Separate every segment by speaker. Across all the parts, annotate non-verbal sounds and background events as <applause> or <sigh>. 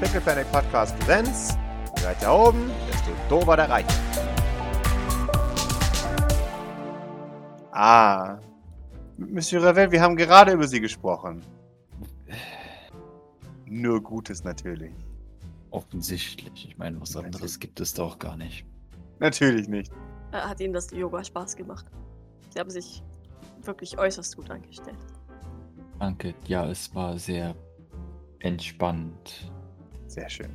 Speaker 1: Pickle Panic Podcast Präsenz. Je weiter oben, desto dober der Reich. Ah. Monsieur Ravel, wir haben gerade über Sie gesprochen. Nur Gutes natürlich.
Speaker 2: Offensichtlich. Ich meine, was anderes gibt es doch gar nicht.
Speaker 1: Natürlich nicht.
Speaker 3: Äh, Hat ihnen das Yoga Spaß gemacht. Sie haben sich wirklich äußerst gut angestellt.
Speaker 2: Danke. Ja, es war sehr entspannt.
Speaker 1: Sehr schön.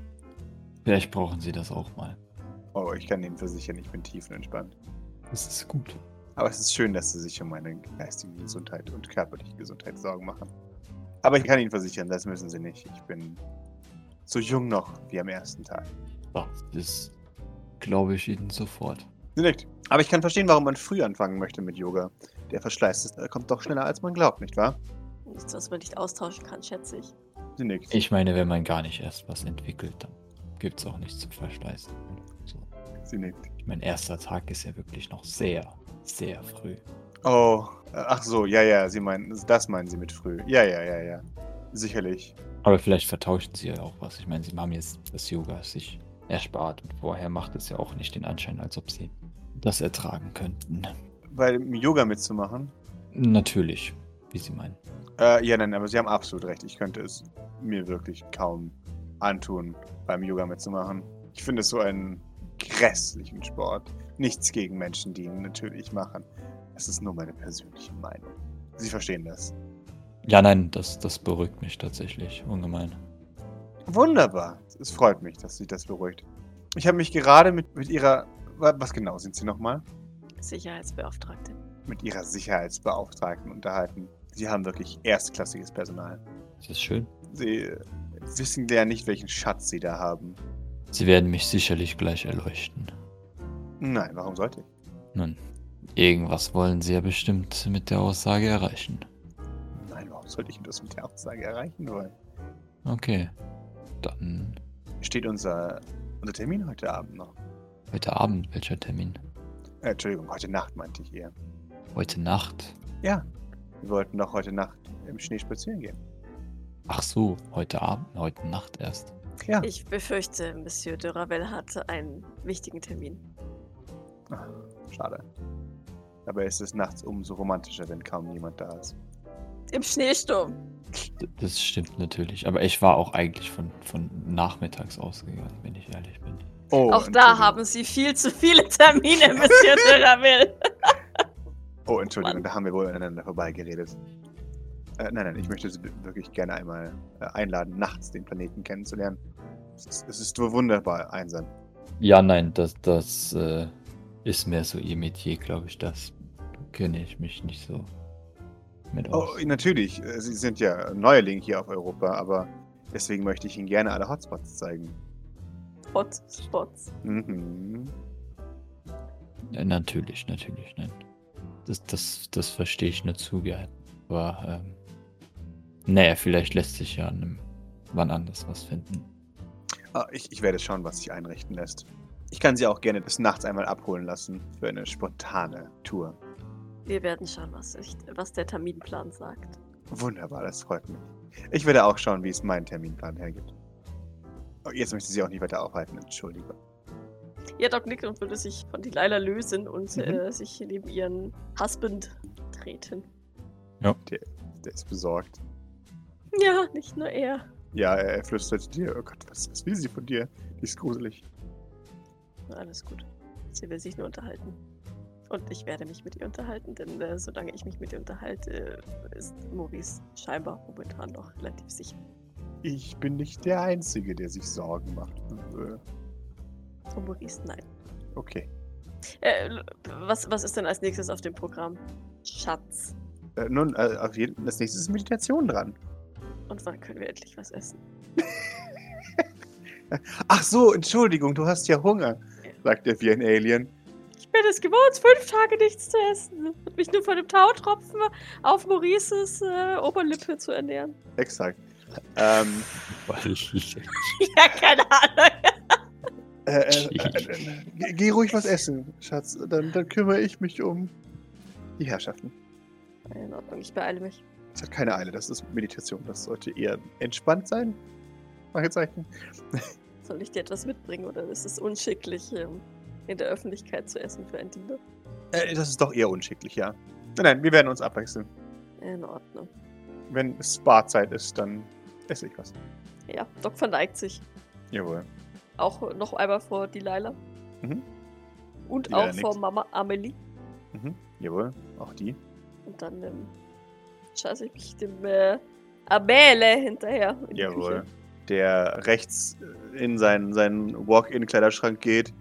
Speaker 2: Vielleicht brauchen Sie das auch mal.
Speaker 1: Oh, ich kann Ihnen versichern, ich bin tiefenentspannt.
Speaker 2: Das ist gut.
Speaker 1: Aber es ist schön, dass Sie sich um meine geistige Gesundheit und körperliche Gesundheit Sorgen machen. Aber ich kann Ihnen versichern, das müssen Sie nicht. Ich bin so jung noch wie am ersten Tag.
Speaker 2: Das ist, glaube ich, Ihnen sofort.
Speaker 1: Sie nickt. Aber ich kann verstehen, warum man früh anfangen möchte mit Yoga. Der Verschleiß ist, äh, kommt doch schneller, als man glaubt, nicht wahr?
Speaker 3: Nichts, was man nicht austauschen kann, schätze ich.
Speaker 1: Sie nickt.
Speaker 2: Ich meine, wenn man gar nicht erst was entwickelt, dann gibt es auch nichts zu verschleißen. So.
Speaker 1: Sie nickt.
Speaker 2: Ich mein erster Tag ist ja wirklich noch sehr, sehr früh.
Speaker 1: Oh, äh, ach so, ja, ja, Sie meinen, das meinen Sie mit früh. Ja, ja, ja, ja. Sicherlich.
Speaker 2: Aber vielleicht vertauschen sie ja auch was. Ich meine, sie haben jetzt das Yoga sich erspart und vorher macht es ja auch nicht den Anschein, als ob sie das ertragen könnten.
Speaker 1: Bei dem Yoga mitzumachen?
Speaker 2: Natürlich, wie sie meinen.
Speaker 1: Äh, ja, nein, aber Sie haben absolut recht. Ich könnte es mir wirklich kaum antun, beim Yoga mitzumachen. Ich finde es so einen grässlichen Sport. Nichts gegen Menschen, die ihn natürlich machen. Es ist nur meine persönliche Meinung. Sie verstehen das.
Speaker 2: Ja, nein, das, das beruhigt mich tatsächlich ungemein.
Speaker 1: Wunderbar. Es freut mich, dass Sie das beruhigt. Ich habe mich gerade mit, mit Ihrer. wa- Was genau sind Sie nochmal?
Speaker 3: Sicherheitsbeauftragte.
Speaker 1: Mit Ihrer Sicherheitsbeauftragten unterhalten. Sie haben wirklich erstklassiges Personal.
Speaker 2: Ist das schön?
Speaker 1: Sie äh, wissen ja nicht, welchen Schatz Sie da haben.
Speaker 2: Sie werden mich sicherlich gleich erleuchten.
Speaker 1: Nein, warum sollte ich?
Speaker 2: Nun, irgendwas wollen Sie ja bestimmt mit der Aussage erreichen.
Speaker 1: Nein, warum sollte ich das mit der Aussage erreichen wollen?
Speaker 2: Okay, dann
Speaker 1: Steht unser, unser Termin heute Abend noch?
Speaker 2: heute Abend, welcher Termin?
Speaker 1: Äh, Entschuldigung, heute Nacht meinte ich eher.
Speaker 2: Heute Nacht?
Speaker 1: Ja, wir wollten doch heute Nacht im Schnee spazieren gehen.
Speaker 2: Ach so, heute Abend, heute Nacht erst.
Speaker 1: Ja.
Speaker 3: Ich befürchte, Monsieur de Ravel hatte einen wichtigen Termin.
Speaker 1: Ach, schade. Dabei ist es nachts umso romantischer, wenn kaum jemand da ist.
Speaker 3: Im Schneesturm.
Speaker 2: D- Das stimmt natürlich, aber ich war auch eigentlich von, von nachmittags ausgegangen, wenn ich ehrlich bin.
Speaker 1: Oh,
Speaker 3: Auch da
Speaker 1: Entschuldigung.
Speaker 3: haben Sie viel zu viele Termine, Monsieur
Speaker 1: <laughs>
Speaker 3: de Ravel.
Speaker 1: Oh, Entschuldigung, da haben wir wohl aneinander vorbeigeredet. Äh, nein, nein,
Speaker 3: Mhm.
Speaker 1: ich möchte Sie wirklich gerne einmal äh, einladen, nachts den Planeten kennenzulernen. Es ist, es ist wohl wunderbar einsam.
Speaker 2: Ja, nein, das, das äh, ist mehr so ihr Metier, glaube ich. Das kenne ich mich nicht so mit
Speaker 1: Oh,
Speaker 2: aus.
Speaker 1: natürlich. äh, Sie sind ja Neuling hier auf Europa, aber deswegen möchte ich Ihnen gerne alle Hotspots zeigen.
Speaker 3: Hotspots.
Speaker 1: Mhm.
Speaker 2: Ja, Äh, natürlich, natürlich, nein. Das, das, das verstehe ich nicht zugehalten. Aber, ähm, naja, vielleicht lässt sich ja an einem, wann anders was finden.
Speaker 1: <laughs> Ah, ich, ich werde schauen, was sich einrichten lässt. Ich kann Sie auch gerne bis nachts einmal abholen lassen für eine spontane Tour.
Speaker 3: Wir werden schauen, was, ich, was der Terminplan sagt.
Speaker 1: Wunderbar, das freut mich. Ich werde auch schauen, wie es meinen Terminplan hergibt. Oh, jetzt möchte ich Sie auch nicht weiter aufhalten, entschuldige.
Speaker 3: Ja, Doc Nickel würde sich von Delilah lösen und
Speaker 1: Mhm.
Speaker 3: äh, sich neben ihren Husband treten.
Speaker 1: Der ist besorgt.
Speaker 3: Ja, nicht nur er.
Speaker 1: Ja, er er flüstert dir. Oh Gott, was, was will sie von dir? Die ist gruselig.
Speaker 3: Alles gut. Sie will sich nur unterhalten. Und ich werde mich mit ihr unterhalten, denn äh, solange ich mich mit ihr unterhalte, äh, ist Maurice scheinbar momentan noch relativ sicher.
Speaker 1: Ich bin nicht der Einzige, der sich Sorgen macht. Äh,
Speaker 3: Oh, Maurice, nein.
Speaker 1: Okay.
Speaker 3: Äh, l- was, was ist denn als nächstes auf dem Programm? Schatz.
Speaker 1: Äh, nun, äh, auf jeden Als nächstes ist Meditation dran.
Speaker 3: Und wann können wir endlich was essen?
Speaker 1: Ach so, Entschuldigung, du hast ja Hunger, sagt er wie ein Alien.
Speaker 3: Ich bin es gewohnt, fünf Tage nichts zu essen und mich nur von dem Tautropfen auf Maurices äh, Oberlippe zu ernähren. <laughs>
Speaker 1: Exakt. Ähm,
Speaker 3: ja, keine Ahnung.
Speaker 1: äh, äh, äh, äh, geh- geh ruhig was essen, Schatz. Dann, dann kümmere ich mich um die Herrschaften.
Speaker 3: In Ordnung, ich beeile mich.
Speaker 1: Es hat keine Eile, das ist Meditation. Das sollte eher entspannt sein. Fragezeichen.
Speaker 3: Soll ich dir etwas mitbringen oder ist es unschicklich, ähm, in der Öffentlichkeit zu essen für einen Diener?
Speaker 1: Äh, das ist doch eher unschicklich, ja. Nein, nein, wir werden uns abwechseln.
Speaker 3: In Ordnung.
Speaker 1: Wenn es Sparzeit ist, dann esse ich was.
Speaker 3: Ja, Doc verneigt sich.
Speaker 1: Jawohl.
Speaker 3: Auch noch einmal vor Delilah.
Speaker 1: Mhm.
Speaker 3: Und
Speaker 1: Delilah
Speaker 3: auch vor
Speaker 1: nickt.
Speaker 3: Mama Amelie.
Speaker 1: Mhm. Jawohl, auch die.
Speaker 3: Und dann ähm, scheiße ich mich dem äh, Abele hinterher. in die
Speaker 1: Jawohl.
Speaker 3: Küche.
Speaker 1: Der rechts äh, in seinen, seinen Walk-in-Kleiderschrank geht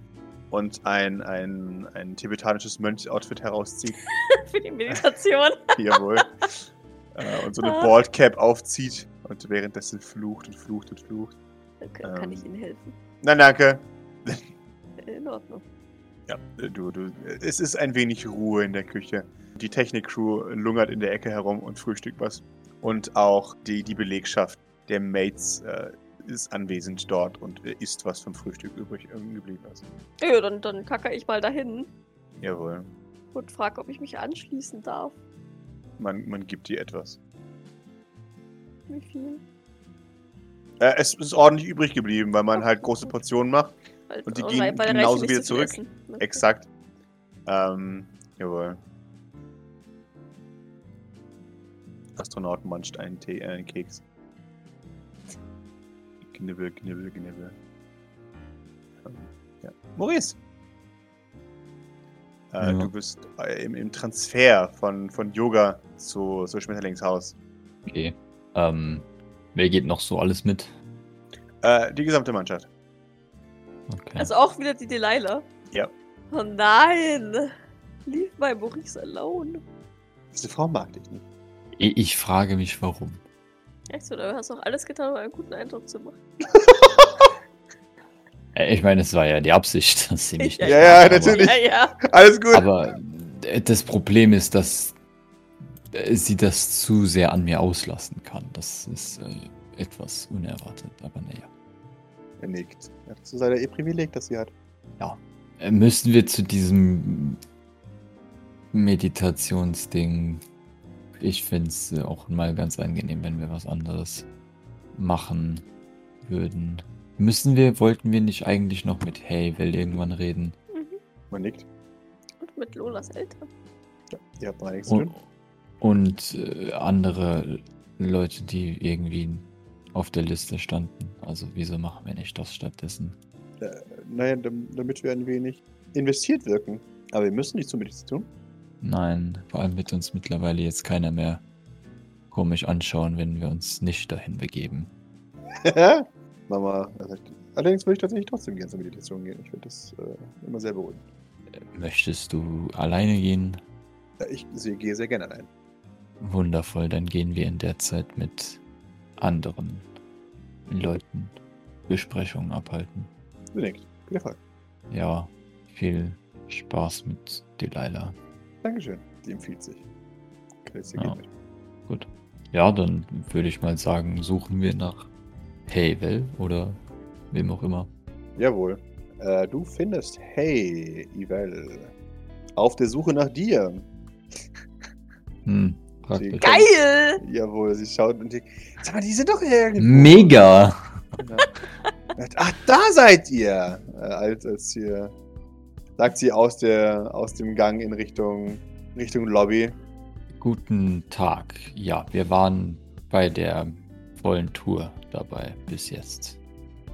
Speaker 1: und ein, ein, ein tibetanisches Mönchsoutfit <laughs> herauszieht.
Speaker 3: <laughs> Für
Speaker 1: <laughs>
Speaker 3: die Meditation.
Speaker 1: Jawohl. äh, und so eine
Speaker 3: Ah.
Speaker 1: Baldcap aufzieht und währenddessen flucht und flucht und flucht.
Speaker 3: Dann kann, kann ich
Speaker 1: Ähm.
Speaker 3: Ihnen helfen.
Speaker 1: Nein, danke.
Speaker 3: In Ordnung.
Speaker 1: Ja, äh, du, du. Es ist ein wenig Ruhe in der Küche. Die Technik-Crew lungert in der Ecke herum und frühstückt was. Und auch die, die Belegschaft der Mates äh, ist anwesend dort und äh, isst was vom Frühstück übrig ähm, geblieben ist.
Speaker 3: Ja, dann, dann kacke ich mal dahin
Speaker 1: Jawohl.
Speaker 3: und frage, ob ich mich anschließen darf.
Speaker 1: Man, man gibt dir etwas.
Speaker 3: Wie viel?
Speaker 1: Äh, es ist ordentlich übrig geblieben, weil man halt große Portionen macht.
Speaker 3: Weil-
Speaker 1: Und die
Speaker 3: oh,
Speaker 1: gehen
Speaker 3: weil- weil
Speaker 1: genauso
Speaker 3: Reichen
Speaker 1: wieder
Speaker 3: nicht so viel essen. ne? Okay.
Speaker 1: Exakt. Ähm, jawohl. Astronaut muncht einen, Tee, äh, einen Keks. Knibbel, knibbel, knibbel. Ähm, ja. Maurice! Äh,
Speaker 2: Ja.
Speaker 1: Du bist äh, im, im Transfer von, von Yoga zu, zu Schmetterlingshaus.
Speaker 2: Okay. Ähm, wer geht noch so alles mit?
Speaker 1: Äh, die gesamte Mannschaft.
Speaker 2: Okay.
Speaker 3: Also auch wieder die Delilah.
Speaker 1: Ja.
Speaker 3: Oh nein! Leave my Maurice alone.
Speaker 1: Diese Frau mag dich nicht.
Speaker 2: ich, ich frage mich, warum.
Speaker 3: Echt, oder hast du auch alles getan, um einen guten Eindruck zu machen?
Speaker 2: Äh, Ich meine, es war ja die Absicht, <laughs> dass sie mich
Speaker 3: Ja,
Speaker 2: nicht
Speaker 1: ja,
Speaker 2: mag, aber-
Speaker 1: natürlich.
Speaker 3: Ja, ja.
Speaker 1: Alles gut!
Speaker 2: Aber äh, das Problem ist, dass äh, sie das zu sehr an mir auslassen kann. Das ist äh, etwas unerwartet, aber naja.
Speaker 1: Er nickt. Das ist leider ihr Privileg, das sie hat.
Speaker 2: Äh, Müssen wir zu diesem Meditationsding. Ich finde es auch mal ganz angenehm, wenn wir was anderes machen würden. Müssen wir, wollten wir nicht eigentlich noch mit Haywell irgendwann reden?
Speaker 3: Mhm.
Speaker 1: Man nickt.
Speaker 3: Und mit Lolas Eltern.
Speaker 1: Ja, ihr habt noch nichts zu
Speaker 2: Und,
Speaker 1: tun.
Speaker 2: und äh, andere Leute, die irgendwie auf der Liste standen. Also wieso machen wir nicht das stattdessen?
Speaker 1: Naja, dam- damit wir ein wenig investiert wirken. Aber wir müssen nicht zur Meditation. <laughs>
Speaker 2: Nein, vor allem wird uns mittlerweile jetzt keiner mehr komisch anschauen, wenn wir uns nicht dahin begeben.
Speaker 1: Mama er sagt, allerdings würde ich tatsächlich trotzdem gerne zur Meditation gehen. Ich finde das äh, immer sehr beruhigend.
Speaker 2: Möchtest du alleine gehen?
Speaker 1: Äh, Ich sie, gehe sehr gerne allein.
Speaker 2: Wundervoll, dann gehen wir in der Zeit mit anderen Leuten Besprechungen abhalten.
Speaker 1: Sie nickt. Viel Erfolg.
Speaker 2: Ja, viel Spaß mit Delilah.
Speaker 1: Dankeschön. Sie empfiehlt sich. Kelsey
Speaker 2: Ja.
Speaker 1: geht mit.
Speaker 2: Gut. Ja, dann würde ich mal sagen, suchen wir nach Havel oder wem auch immer.
Speaker 1: Jawohl. Äh, du findest, hey, Ivel, auf der Suche nach dir.
Speaker 2: Hm, praktisch.
Speaker 1: Geil!
Speaker 3: Geil!
Speaker 1: Jawohl, sie schaut und die. Sag mal, die sind doch irgendwo.
Speaker 2: Mega!
Speaker 1: Ja. Ach, da seid ihr! Äh, als, als hier sagt sie aus, der, aus dem Gang in Richtung, Richtung Lobby.
Speaker 2: Guten Tag. Ja, wir waren bei der vollen Tour dabei bis jetzt.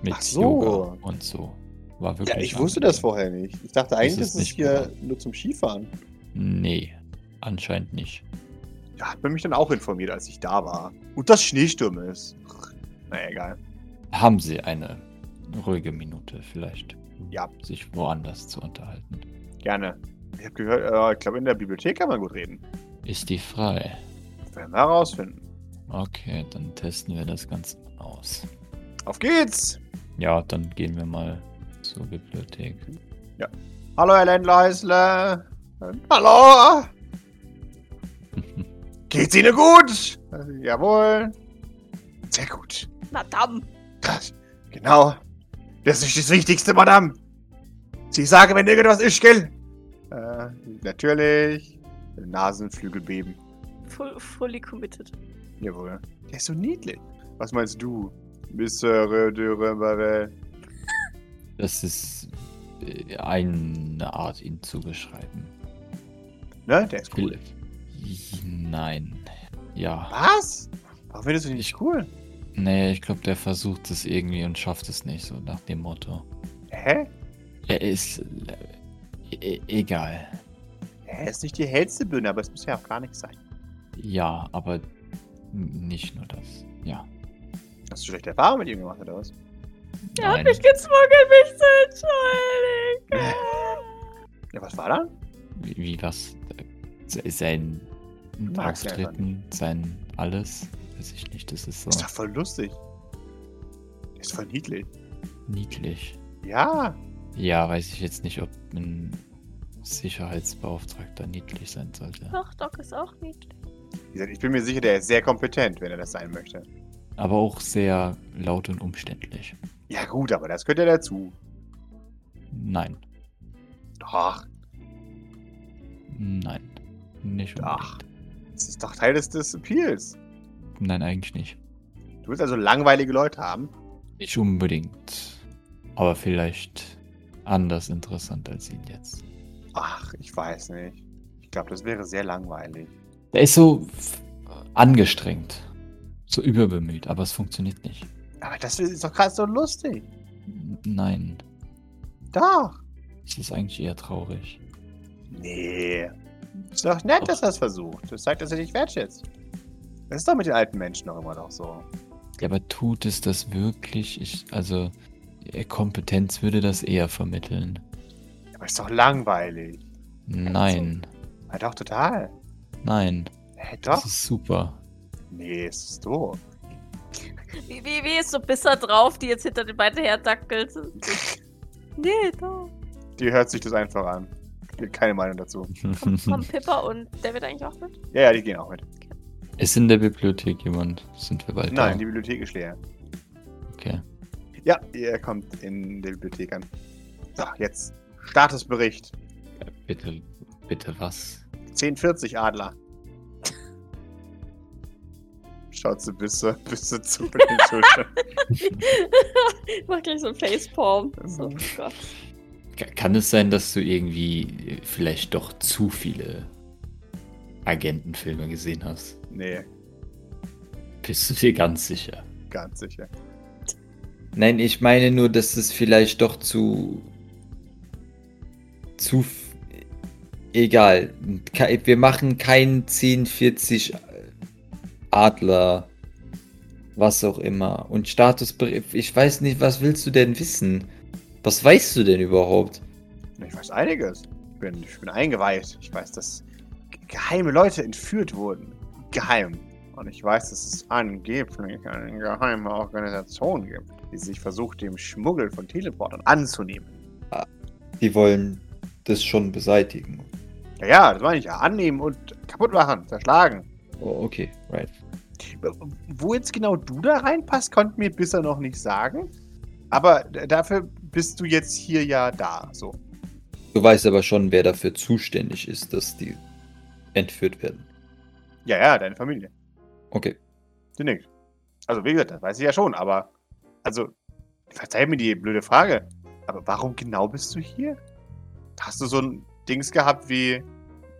Speaker 2: Mit
Speaker 1: Ach so.
Speaker 2: Yoga und so. War wirklich
Speaker 1: Ja, ich wusste das
Speaker 2: angenehm.
Speaker 1: vorher nicht. Ich dachte eigentlich, das
Speaker 2: ist
Speaker 1: ist
Speaker 2: nicht
Speaker 1: hier
Speaker 2: bekannt.
Speaker 1: nur zum Skifahren.
Speaker 2: Nee, anscheinend nicht.
Speaker 1: Ja, hat man mich dann auch informiert, als ich da war. Und das Schneesturm ist. Na egal.
Speaker 2: Haben Sie eine ruhige Minute vielleicht, um
Speaker 1: Ja.
Speaker 2: sich woanders zu unterhalten?
Speaker 1: Gerne. Ich habe gehört, äh, ich glaube, in der Bibliothek kann man gut reden.
Speaker 2: Ist die frei?
Speaker 1: Werden wir herausfinden.
Speaker 2: Okay, dann testen wir das Ganze mal aus.
Speaker 1: Auf geht's!
Speaker 2: Ja, dann gehen wir mal zur Bibliothek. <laughs>
Speaker 1: Hallo, Herr Ländleisle! Hallo! Geht's Ihnen gut? Äh, Jawohl. Sehr gut.
Speaker 3: Madame!
Speaker 1: Das, genau. Das ist das Wichtigste, Madame. Sie sagen, wenn irgendwas ist, gell? Äh, natürlich. Nasenflügel beben.
Speaker 3: Full, fully committed.
Speaker 1: Jawohl. Der ist so niedlich. Was meinst du? Monsieur de Rembarel.
Speaker 2: Das ist äh, eine Art, ihn zu beschreiben.
Speaker 1: Ne, der ist cool.
Speaker 2: Vielleicht. Nein. Ja.
Speaker 1: Was? Warum findest du den nicht cool?
Speaker 2: Nee, ich glaube, der versucht es irgendwie und schafft es nicht, so nach dem Motto.
Speaker 1: Hä?
Speaker 2: Er ist. äh, e egal.
Speaker 1: Er ist nicht die hellste Bühne, aber es muss ja auch gar nichts sein.
Speaker 2: Ja, aber n- nicht nur das. Ja.
Speaker 1: Hast du schlechte Erfahrungen mit ihm gemacht, oder was?
Speaker 3: Er hat
Speaker 2: Nein.
Speaker 3: mich gezwungen, mich zu
Speaker 1: <laughs>
Speaker 3: entschuldigen.
Speaker 1: Ja, was war da?
Speaker 2: Wie, wie was? Se- Sein
Speaker 1: magst ihn einfach
Speaker 2: Auftreten, sein alles. Weiß ich nicht, das ist so
Speaker 1: Ist doch voll lustig. Der ist voll niedlich.
Speaker 2: niedlich.
Speaker 1: Ja,
Speaker 2: Ja, weiß ich jetzt nicht, ob ein Sicherheitsbeauftragter niedlich sein sollte.
Speaker 3: Doch, Doc ist auch niedlich.
Speaker 1: wie gesagt, ich bin mir sicher, der ist sehr kompetent, wenn er das sein möchte.
Speaker 2: Aber auch sehr laut und umständlich.
Speaker 1: Ja gut, aber das gehört ja dazu.
Speaker 2: Nein.
Speaker 1: Doch,
Speaker 2: Nein. Nicht
Speaker 1: Ach.
Speaker 2: unbedingt.
Speaker 1: das ist doch Teil des, des Appeals.
Speaker 2: Nein, eigentlich nicht.
Speaker 1: Du willst also langweilige Leute haben?
Speaker 2: Nicht unbedingt. Aber vielleicht anders interessant als ihn jetzt.
Speaker 1: Ach, ich weiß nicht. Ich glaube, das wäre sehr langweilig.
Speaker 2: Der ist so f- angestrengt. So überbemüht, aber es funktioniert nicht.
Speaker 1: Aber das ist doch gerade so lustig.
Speaker 2: N- Nein.
Speaker 1: Doch.
Speaker 2: Es ist eigentlich eher traurig.
Speaker 1: Nee. Ist doch nett, dass er es versucht. Das zeigt, dass er dich wertschätzt. Das ist doch mit den alten Menschen noch immer noch so.
Speaker 2: Ja, aber tut es das wirklich? Ich, also, äh, Kompetenz würde das eher vermitteln.
Speaker 1: Aber ist doch langweilig.
Speaker 2: Nein.
Speaker 1: Ja, doch, total.
Speaker 2: Nein.
Speaker 1: Hä,
Speaker 2: Das
Speaker 1: doch.
Speaker 2: ist super.
Speaker 1: Nee, es ist doof.
Speaker 3: Wie, wie, wie ist so Bisser drauf, die jetzt hinter den
Speaker 1: <laughs>
Speaker 3: beiden herdackelt? Nee, doch.
Speaker 1: Die hört sich das einfach an. Die hat Keine Meinung dazu. <laughs>
Speaker 3: Kommt, kommen Pippa und David eigentlich auch mit? <laughs>
Speaker 1: Ja, ja, die gehen auch mit.
Speaker 2: Ist in der Bibliothek jemand? Sind wir bald
Speaker 1: Nein,
Speaker 2: Äh, da?
Speaker 1: die Bibliothek ist leer.
Speaker 2: Okay.
Speaker 1: Ja, ihr kommt in der Bibliothek an. So, jetzt Statusbericht.
Speaker 2: Bitte, bitte was?
Speaker 1: 1040 Adler. Schaut sie <laughs> bisse, bisse zu mit den Schultern.
Speaker 3: ich mach gleich so ein Facepalm. So, oh
Speaker 1: Mhm.
Speaker 3: Gott.
Speaker 2: Ka- Kann es sein, dass du irgendwie äh, vielleicht doch zu viele Agentenfilme gesehen hast?
Speaker 1: Nee,
Speaker 2: Bist du dir ganz sicher?
Speaker 1: ganz sicher.
Speaker 2: Nein, ich meine nur, dass es vielleicht doch zu. zu. f- egal. Ke- Wir machen keinen 1040 Adler. Was auch immer. Und Statusbericht. Ich weiß nicht, was willst du denn wissen? Was weißt du denn überhaupt?
Speaker 1: Ich weiß einiges. Ich bin, ich bin eingeweiht. Ich weiß, dass ge- geheime Leute entführt wurden. Geheim. Und ich weiß, dass es angeblich eine geheime Organisation gibt, die sich versucht, dem Schmuggel von Teleportern anzunehmen.
Speaker 4: Die wollen das schon beseitigen.
Speaker 1: Ja, ja, das meine ich ja. Annehmen und kaputt machen, zerschlagen.
Speaker 4: Oh, okay, right.
Speaker 1: Wo jetzt genau du da reinpasst, konnte mir bisher noch nicht sagen. Aber d- dafür bist du jetzt hier ja da. So.
Speaker 4: Du weißt aber schon, wer dafür zuständig ist, dass die entführt werden.
Speaker 1: Ja, ja, deine Familie.
Speaker 4: Okay.
Speaker 1: Du nicht. Also, wie gesagt, das weiß ich ja schon, aber. Also, verzeih mir die blöde Frage. Aber warum genau bist du hier? Hast du so ein Dings gehabt wie.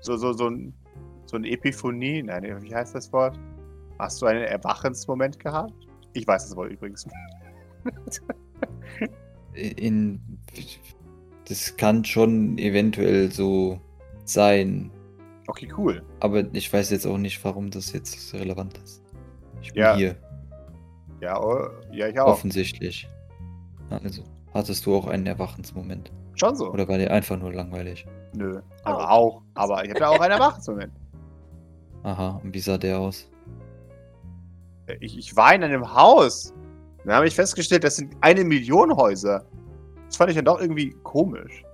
Speaker 1: So, so, so ein. So eine Epiphanie? Nein, wie heißt das Wort? Hast du einen Erwachensmoment gehabt? Ich weiß das Wort übrigens.
Speaker 4: In, das kann schon eventuell so sein,
Speaker 1: Okay, cool.
Speaker 4: aber ich weiß jetzt auch nicht, warum das jetzt relevant ist. Ich bin
Speaker 1: Ja,
Speaker 4: hier,
Speaker 1: Ja, oh, ja ich auch.
Speaker 4: offensichtlich. Also, hattest du auch einen Erwachensmoment?
Speaker 1: Schon so.
Speaker 4: Oder war dir einfach nur langweilig?
Speaker 1: Nö. Also auch. Aber ich hatte auch einen Erwachensmoment.
Speaker 4: Aha, und wie sah der aus?
Speaker 1: Äh, Ich, ich war in einem Haus. Dann habe ich festgestellt, das sind eine Million Häuser. Das fand ich dann doch irgendwie komisch.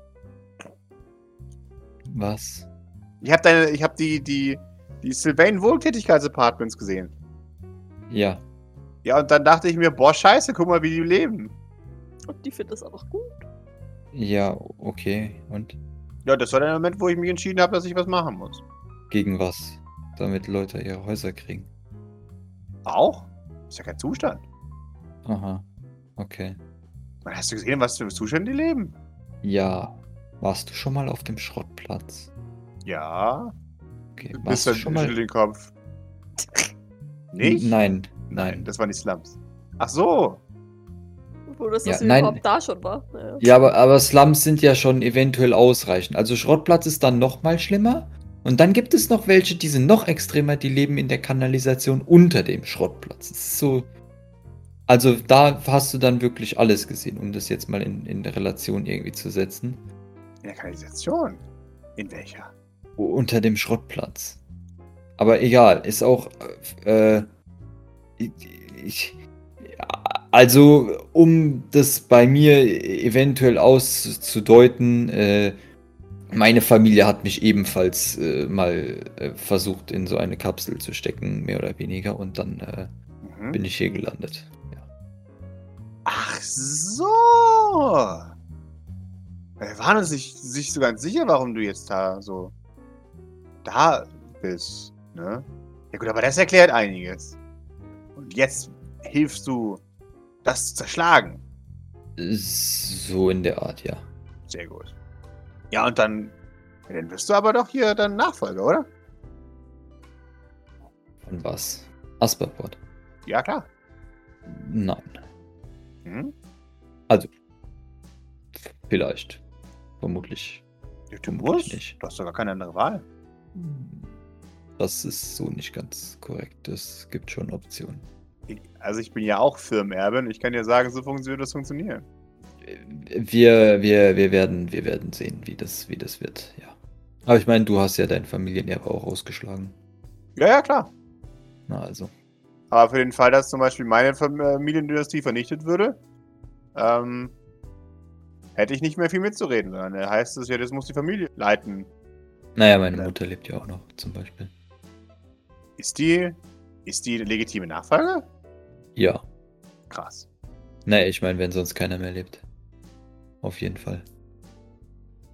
Speaker 4: Was?
Speaker 1: Ich habe deine, ich habe die, die, die Sylvain Wohltätigkeitsapartments gesehen.
Speaker 4: Ja,
Speaker 1: Ja, und dann dachte ich mir, boah, scheiße, guck mal, wie die leben.
Speaker 3: Und die findet das auch gut.
Speaker 4: ja, okay. Und?
Speaker 1: Ja, das war der Moment, wo ich mich entschieden habe, dass ich was machen muss.
Speaker 4: Gegen was? Damit Leute ihre Häuser kriegen.
Speaker 1: Auch? Ist ja kein Zustand.
Speaker 2: Aha. Okay.
Speaker 1: Man, hast du gesehen, was für Zustände die leben?
Speaker 2: Ja. Warst du schon mal auf dem Schrottplatz?
Speaker 1: Ja.
Speaker 2: Okay.
Speaker 1: Du bist
Speaker 2: Warst
Speaker 1: dann
Speaker 2: du schon mal.
Speaker 1: schüttel den Kopf. Nicht?
Speaker 2: Nein, nein.
Speaker 1: Das waren die Slums. Ach so.
Speaker 3: Wo das,
Speaker 2: Ja,
Speaker 3: das
Speaker 2: nein.
Speaker 3: überhaupt da schon war. Naja.
Speaker 2: Ja, aber, aber Slums sind ja schon eventuell ausreichend. Also Schrottplatz ist dann nochmal schlimmer. Und dann gibt es noch welche, die sind noch extremer, die leben in der Kanalisation unter dem Schrottplatz. Das ist so. Also da hast du dann wirklich alles gesehen, um das jetzt mal in, in Relation irgendwie zu setzen.
Speaker 1: In der Kanalisation. In welcher?
Speaker 2: unter dem Schrottplatz. Aber egal, ist auch. Äh, ich, ich, äh, also, um das bei mir eventuell auszudeuten, äh, meine Familie hat mich ebenfalls äh, mal äh, versucht, in so eine Kapsel zu stecken, mehr oder weniger, und dann äh,
Speaker 1: Mhm.
Speaker 2: bin ich hier gelandet. Ja.
Speaker 1: Ach so! Wir waren uns nicht, nicht so ganz sicher, warum du jetzt da so da bist, ne? Ja gut, aber das erklärt einiges. Und jetzt hilfst du, das zu zerschlagen.
Speaker 2: So in der Art, ja.
Speaker 1: Sehr gut. Ja, und dann, ja, dann wirst du aber doch hier dann Nachfolger, oder?
Speaker 2: Von was? Asperport?
Speaker 1: Ja, klar.
Speaker 2: Nein.
Speaker 1: Hm?
Speaker 2: Vielleicht. Vermutlich.
Speaker 1: Ja, du
Speaker 2: Vermutlich
Speaker 1: musst.
Speaker 2: nicht.
Speaker 1: Du hast doch gar keine andere Wahl.
Speaker 2: Das ist so nicht ganz korrekt. Es gibt schon Optionen.
Speaker 1: Also ich bin ja auch Firmenerbin. Ich kann dir sagen, so fun- wird das funktionieren.
Speaker 2: Wir, wir, wir, werden, wir werden sehen, wie das, wie das wird, ja. Aber ich meine, du hast ja dein Familienerbe auch ausgeschlagen.
Speaker 1: Ja, ja, klar.
Speaker 2: Na also.
Speaker 1: Aber für den Fall, dass zum Beispiel meine Familiendynastie vernichtet würde, ähm, hätte ich nicht mehr viel mitzureden, sondern da heißt es ja, das muss die Familie leiten.
Speaker 2: Naja, meine
Speaker 1: Ja.
Speaker 2: Mutter lebt ja auch noch, zum Beispiel.
Speaker 1: Ist die, ist die legitime Nachfolge?
Speaker 2: Ja.
Speaker 1: Krass.
Speaker 2: Naja, ich meine, wenn sonst keiner mehr lebt. Auf jeden Fall.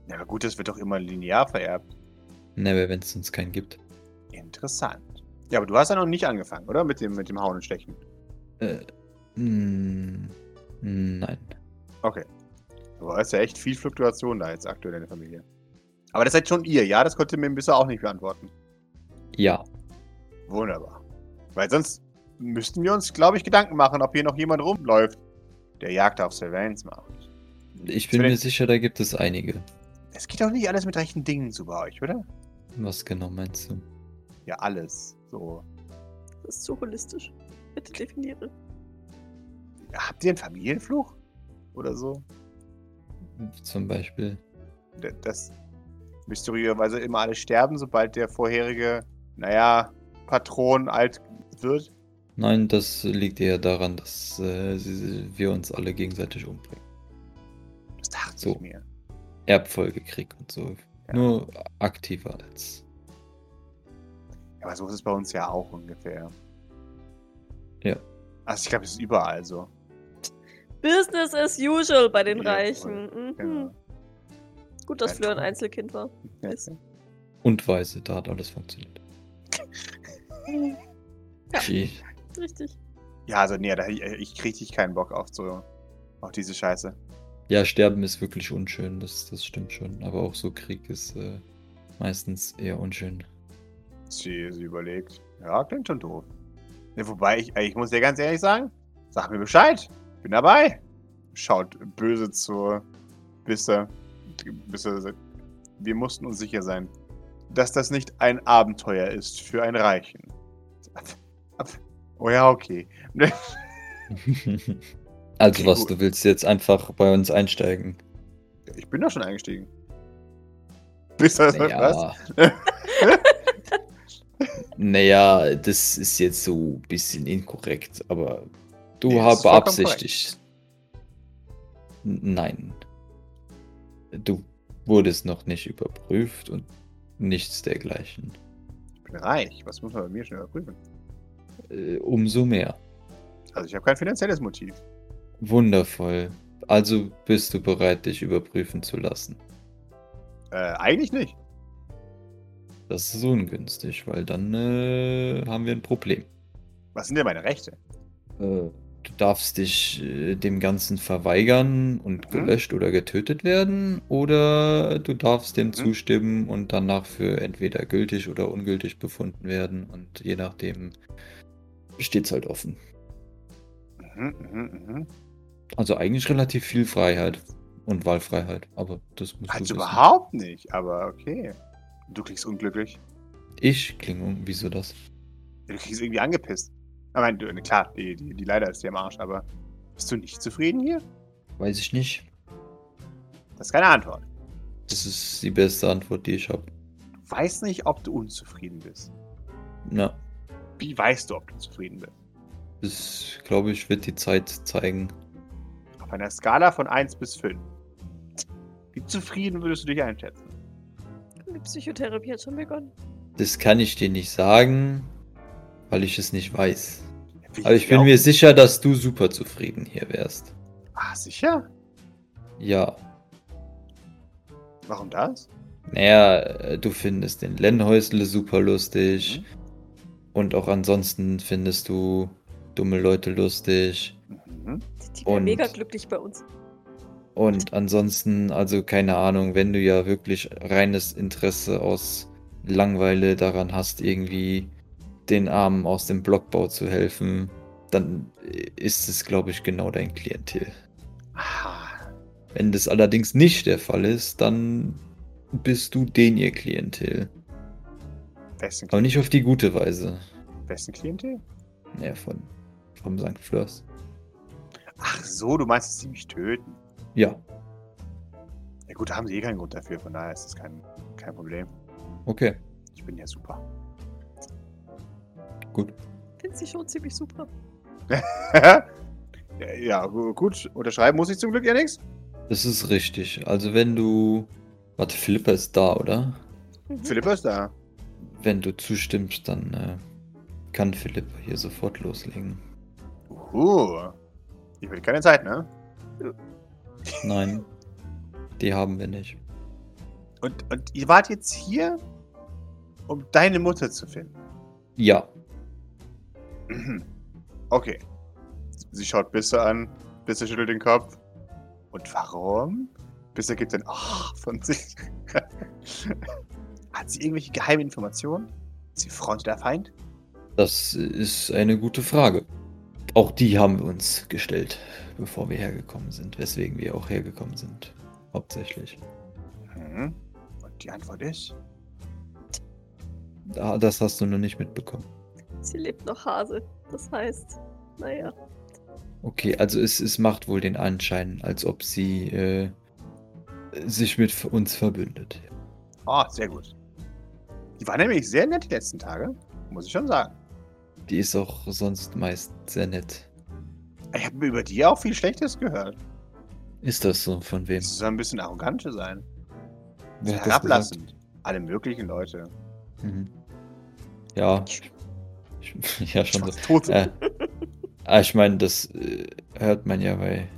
Speaker 1: Na aber gut, das wird doch immer linear vererbt.
Speaker 2: Naja, wenn es sonst keinen gibt.
Speaker 1: Interessant. Ja, aber du hast ja noch nicht angefangen, oder? Mit dem, mit dem Hauen und Stechen.
Speaker 2: Hm, Äh, nein.
Speaker 1: Aber es ist ja echt viel Fluktuation da jetzt aktuell in der Familie. Aber das seid schon ihr, ja? Das konnte mir bisher auch nicht beantworten.
Speaker 2: Ja.
Speaker 1: Wunderbar. Weil sonst müssten wir uns, glaube ich, Gedanken machen, ob hier noch jemand rumläuft, der Jagd auf Sylvains macht.
Speaker 2: Ich bin
Speaker 1: Zu den-
Speaker 2: mir sicher, da gibt es einige.
Speaker 1: Es geht doch nicht alles mit rechten Dingen zu bei euch, oder?
Speaker 2: Was genau meinst du?
Speaker 1: Ja, alles. So.
Speaker 3: Das ist zu holistisch. Bitte definiere.
Speaker 1: Habt ihr einen Familienfluch? Oder so?
Speaker 2: Zum Beispiel.
Speaker 1: D- Dass mysteriöserweise immer alle sterben, sobald der vorherige, naja, Patron alt wird.
Speaker 2: Nein, das liegt eher daran, dass äh, sie- sie- wir uns alle gegenseitig umbringen.
Speaker 1: Das dachte
Speaker 2: So.
Speaker 1: ich mir.
Speaker 2: Erbfolgekrieg und so.
Speaker 1: Ja.
Speaker 2: Nur aktiver als.
Speaker 1: Ja, aber so ist es bei uns ja auch ungefähr.
Speaker 2: Ja.
Speaker 1: Also ich glaube, es ist überall so.
Speaker 3: Business as usual bei den
Speaker 1: Ja,
Speaker 3: Reichen. Mhm.
Speaker 1: Genau.
Speaker 3: Gut, dass
Speaker 1: Ja,
Speaker 3: Fleur ein
Speaker 1: toll.
Speaker 3: Einzelkind war.
Speaker 1: Ja.
Speaker 3: Ist-
Speaker 2: Und weise, da hat alles funktioniert. Gee.
Speaker 3: Richtig.
Speaker 1: Ja, also nee, da, ich, ich krieg richtig keinen Bock auf so auf diese Scheiße.
Speaker 2: Ja, sterben ist wirklich unschön, das, das stimmt schon. Aber auch so Krieg ist äh, meistens eher unschön. <laughs>
Speaker 1: Sie, sie überlegt. Ja, klingt schon doof. Ne, wobei, ich, ich muss dir ganz ehrlich sagen, sag mir Bescheid. Bin dabei. Schaut böse zur Bisse. Bisse. sagt, Wir mussten uns sicher sein, dass das nicht ein Abenteuer ist für einen Reichen. <laughs> Oh ja, okay.
Speaker 2: also
Speaker 1: Okay,
Speaker 2: was,
Speaker 1: gut.
Speaker 2: du willst jetzt einfach bei uns einsteigen.
Speaker 1: Ich bin doch schon eingestiegen. Bisse sagt was?
Speaker 2: Naja. <laughs> naja, das ist jetzt so ein bisschen inkorrekt, aber du
Speaker 1: Nee, das
Speaker 2: hast
Speaker 1: ist vollkommen
Speaker 2: beabsichtigt. N- Nein. Du wurdest noch nicht überprüft und nichts dergleichen.
Speaker 1: Ich bin reich. Was muss man bei mir schon überprüfen?
Speaker 2: Äh, Umso mehr.
Speaker 1: Also ich habe kein finanzielles Motiv.
Speaker 2: Wundervoll. Also bist du bereit, dich überprüfen zu lassen.
Speaker 1: Äh, eigentlich nicht.
Speaker 2: Das ist ungünstig, weil dann äh, haben wir ein Problem.
Speaker 1: Was sind denn meine Rechte?
Speaker 2: Äh, du darfst dich äh, dem Ganzen verweigern und gelöscht oder getötet werden, oder du darfst dem
Speaker 1: Mhm.
Speaker 2: zustimmen und danach für entweder gültig oder ungültig befunden werden. Und je nachdem steht es halt offen.
Speaker 1: Mhm, mhm, mhm.
Speaker 2: Also eigentlich relativ viel Freiheit und Wahlfreiheit, aber das musst
Speaker 1: Also
Speaker 2: du wissen.
Speaker 1: überhaupt nicht, aber okay. Du klingst unglücklich.
Speaker 2: Ich klinge, um, wieso das?
Speaker 1: Du klingst irgendwie angepisst. Ich meine, du, klar, die, die, die Leiter ist dir am Arsch, aber bist du nicht zufrieden hier?
Speaker 2: Weiß ich nicht.
Speaker 1: Das ist keine Antwort.
Speaker 2: Das ist die beste Antwort, die ich habe.
Speaker 1: Du weißt nicht, ob du unzufrieden bist.
Speaker 2: Na,
Speaker 1: Wie weißt du, ob du zufrieden bist?
Speaker 2: das glaube ich, wird die Zeit zeigen.
Speaker 1: Auf einer Skala von 1 bis 5. Wie zufrieden würdest du dich einschätzen?
Speaker 3: Die Psychotherapie hat schon begonnen.
Speaker 2: Das kann ich dir nicht sagen, weil ich es nicht weiß.
Speaker 1: Wie genau?
Speaker 2: Aber Also ich bin
Speaker 1: glaub-
Speaker 2: mir sicher, dass du super zufrieden hier wärst.
Speaker 1: Ah, sicher?
Speaker 2: Ja.
Speaker 1: Warum das?
Speaker 2: Naja, äh, du findest den Lennhäusle super lustig.
Speaker 1: Mhm.
Speaker 2: Und auch ansonsten findest du dumme Leute lustig.
Speaker 1: Mhm.
Speaker 3: Die, die
Speaker 2: Und-
Speaker 3: wäre mega glücklich bei uns.
Speaker 2: Und ansonsten, also keine Ahnung, wenn du ja wirklich reines Interesse aus Langweile daran hast, irgendwie den Armen aus dem Blockbau zu helfen, dann äh, ist es, glaube ich, genau dein Klientel.
Speaker 1: Ah,
Speaker 2: Wenn das allerdings nicht der Fall ist, dann bist du den ihr Klientel.
Speaker 1: wessen,
Speaker 2: Aber nicht auf die gute Weise.
Speaker 1: wessen Klientel?
Speaker 2: Naja, von vom St. Flörs.
Speaker 1: Ach so, du meinst, dass sie mich töten.
Speaker 2: Ja,
Speaker 1: Ja gut, da haben sie eh keinen Grund dafür, von daher ist das kein, kein Problem.
Speaker 2: okay,
Speaker 1: Ich bin ja super.
Speaker 2: gut.
Speaker 3: Finde sie schon ziemlich super.
Speaker 1: <laughs> ja, ja, gu- gut, unterschreiben muss ich zum Glück ja nichts.
Speaker 2: Das ist richtig. Also wenn du... Warte, Philippa ist da, oder?
Speaker 3: Mhm.
Speaker 1: Philippa ist da.
Speaker 2: Wenn du zustimmst, dann äh, kann Philipp hier sofort loslegen.
Speaker 1: Uhu. Uhuh. Ich will keine Zeit, ne?
Speaker 2: Nein, die haben wir nicht.
Speaker 1: Und, und ihr wart jetzt hier, um deine Mutter zu finden.
Speaker 2: Ja,
Speaker 1: <clears throat> Okay. Sie schaut Bisse an, Bisse schüttelt den Kopf. Und warum? Bisse gibt ein Ach von sich. <laughs> Hat sie irgendwelche geheimen Informationen? Ist sie Freund oder Feind?
Speaker 2: das ist eine gute Frage. Auch die haben wir uns gestellt, bevor wir hergekommen sind, weswegen wir auch hergekommen sind. Hauptsächlich.
Speaker 1: Mhm. Und die Antwort ist?
Speaker 2: Ah, das hast du noch nicht mitbekommen.
Speaker 3: Sie lebt noch Hase. Das heißt, naja,
Speaker 2: Okay, also es, es macht wohl den Anschein, als ob sie äh, sich mit uns verbündet.
Speaker 1: Ah, sehr gut. Die war nämlich sehr nett die letzten Tage, muss ich schon sagen.
Speaker 2: Die ist auch sonst meist sehr nett.
Speaker 1: Ich habe über die auch viel Schlechtes gehört.
Speaker 2: Ist das so? Von wem?
Speaker 1: Sie soll ein bisschen arrogant sein.
Speaker 2: Wer hat das gesagt?
Speaker 1: herablassend. Alle möglichen Leute.
Speaker 2: Mhm. Ja. Ich, <laughs> ja, schon so.
Speaker 1: Tot.
Speaker 2: Äh, ah, ich meine, das äh, hört man ja bei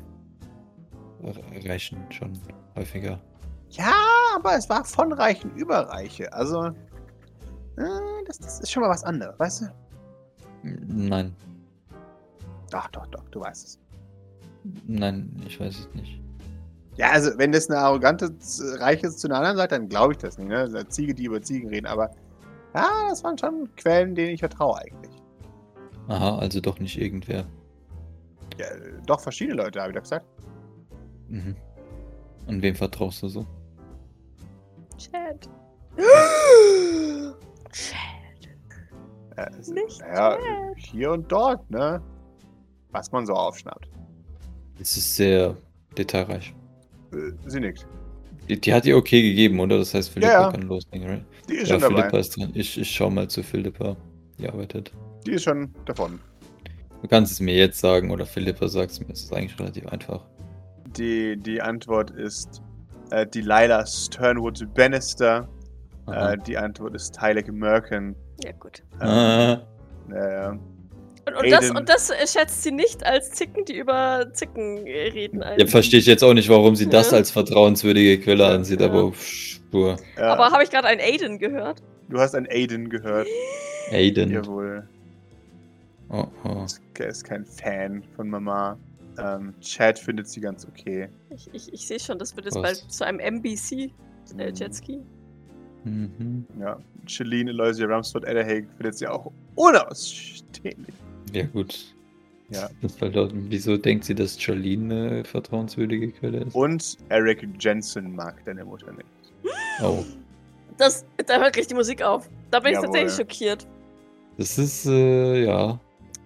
Speaker 2: Re- Reichen schon häufiger.
Speaker 1: Ja, Ah, aber es war von Reichen über Reiche. Also, äh, das, das ist schon mal was anderes, weißt du?
Speaker 2: N- Nein,
Speaker 1: Doch, doch, doch, du weißt es.
Speaker 2: nein, ich weiß es nicht.
Speaker 1: Ja, also, wenn das eine arrogante Z- Reiche zu einer anderen sagt, dann glaube ich das nicht, ne? Das ist eine Ziege, die über Ziegen reden, aber ja, das waren schon Quellen, denen ich vertraue eigentlich.
Speaker 2: Aha, also doch nicht irgendwer.
Speaker 1: Ja, äh, doch, verschiedene Leute, habe ich doch
Speaker 3: <gasps>
Speaker 1: gesagt.
Speaker 2: Mhm. Und wem vertraust du so?
Speaker 3: Chad.
Speaker 1: Äh, es-
Speaker 3: Nicht
Speaker 1: naja,
Speaker 3: schlecht.
Speaker 1: hier und dort, ne? Was man so aufschnappt.
Speaker 2: Es ist sehr detailreich.
Speaker 1: Äh, sie nickt.
Speaker 2: Die, die hat ihr okay gegeben, oder? Das heißt, Philippa
Speaker 1: ja.
Speaker 2: kann loslegen, right?
Speaker 1: Die ist
Speaker 2: Ja,
Speaker 1: schon dabei.
Speaker 2: Philippa ist dran. Ich, ich schau mal zu Philippa. Die arbeitet.
Speaker 1: Die ist schon davon.
Speaker 2: Du kannst es mir jetzt sagen oder Philippa sagt es mir. Es ist eigentlich relativ einfach.
Speaker 1: Die, die Antwort ist äh, Delilah Sternwood Bannister.
Speaker 2: Aha.
Speaker 1: Äh, die Antwort ist Tylek Merkin.
Speaker 3: Ja, gut.
Speaker 1: Äh,
Speaker 2: Ah,
Speaker 1: äh,
Speaker 3: Und, und, das,
Speaker 1: Aiden.
Speaker 3: und das äh, schätzt sie nicht als Zicken, die über Zicken äh, reden. ein.
Speaker 2: ja, verstehe ich jetzt auch nicht, warum sie das
Speaker 3: Ja.
Speaker 2: als vertrauenswürdige Quelle
Speaker 1: Ja.
Speaker 2: ansieht,
Speaker 3: Ja.
Speaker 2: aber Spur.
Speaker 1: äh,
Speaker 3: Aber habe ich gerade einen Aiden gehört?
Speaker 1: du hast ein Aiden gehört.
Speaker 2: Aiden.
Speaker 1: Jawohl.
Speaker 2: Oh, oh.
Speaker 1: Er ist kein Fan von Mama. Ähm, Chad findet sie ganz okay.
Speaker 3: Ich, ich, ich sehe schon, das wird jetzt
Speaker 2: Was?
Speaker 3: bald zu einem MBC äh,
Speaker 1: Mhm.
Speaker 3: Jetski.
Speaker 2: Mhm.
Speaker 1: Ja, Celine Eloisia Rumsford Edderhake findet sie auch unausstehlich.
Speaker 2: Ja, gut.
Speaker 1: Ja.
Speaker 2: Das verlaut- Wieso denkt sie, dass Charlene eine vertrauenswürdige Quelle ist?
Speaker 1: Und Eric Jensen mag deine Mutter nicht.
Speaker 2: Oh.
Speaker 3: Das, da hört gleich die Musik auf. Da bin ich
Speaker 1: Jawohl.
Speaker 3: tatsächlich schockiert.
Speaker 2: Das ist, äh, ja.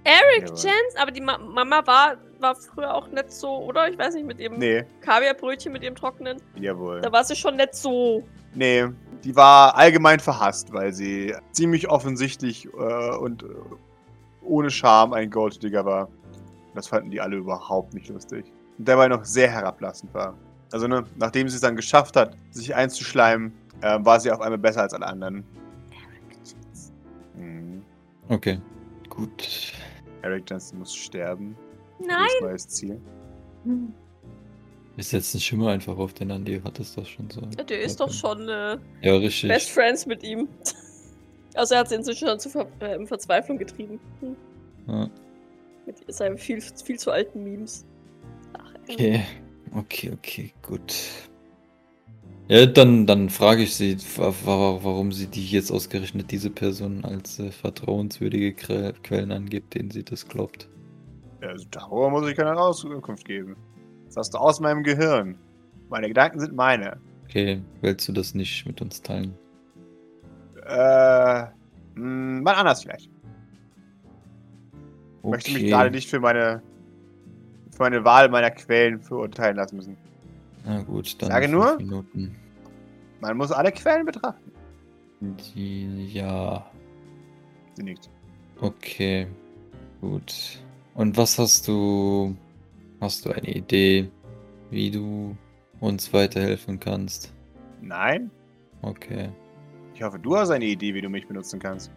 Speaker 3: Eric
Speaker 1: Jawohl.
Speaker 3: Jens, aber die Ma Mama war, war früher auch nicht so, oder? Ich weiß nicht, mit ihrem
Speaker 1: Nee,
Speaker 3: Kaviarbrötchen, mit ihrem Trockenen.
Speaker 1: jawohl.
Speaker 3: Da war sie schon nicht so.
Speaker 1: Nee, die war allgemein verhasst, weil sie ziemlich offensichtlich äh, und äh, ohne Charme ein Golddigger war. Das fanden die alle überhaupt nicht lustig. Und dabei noch sehr herablassend war. Also, ne, nachdem sie es dann geschafft hat, sich einzuschleimen, äh, war sie auf einmal besser als alle anderen. Mhm.
Speaker 2: Okay. Gut.
Speaker 1: Eric Jensen muss sterben.
Speaker 3: Nein.
Speaker 1: Das neues Ziel.
Speaker 2: Wir setzen Schimmer einfach auf den an, die hat es doch schon so.
Speaker 3: Ja, Der ist doch schon äh,
Speaker 2: Ja, richtig.
Speaker 3: Best Friends mit ihm. <laughs> Also er hat sie inzwischen schon zu Ver äh, in Verzweiflung getrieben. Hm.
Speaker 2: Ja.
Speaker 3: Mit seinen viel, viel zu alten Memes. Ach, Eric.
Speaker 2: Okay, okay, okay, gut. Ja, dann, dann frage ich sie, wa- wa- warum sie die jetzt ausgerechnet diese Person als äh, vertrauenswürdige Kre- Quellen angibt, denen sie das glaubt.
Speaker 1: Also, darüber muss ich keine Auskunft geben. Das hast du aus meinem Gehirn. Meine Gedanken sind meine.
Speaker 2: Okay, willst du das nicht mit uns teilen?
Speaker 1: Äh, mh, mal anders vielleicht.
Speaker 2: Okay.
Speaker 1: Ich möchte mich gerade nicht für meine, für meine Wahl meiner Quellen verurteilen lassen müssen.
Speaker 2: Na gut, dann
Speaker 1: Sage
Speaker 2: fünf
Speaker 1: nur.
Speaker 2: Minuten.
Speaker 1: Man muss alle Quellen betrachten.
Speaker 2: Die, ja,
Speaker 1: Sie nickt.
Speaker 2: okay, gut. Und was hast du, hast du eine Idee, wie du uns weiterhelfen kannst?
Speaker 1: Nein?
Speaker 2: Okay.
Speaker 1: Ich hoffe, du hast eine Idee, wie du mich benutzen kannst.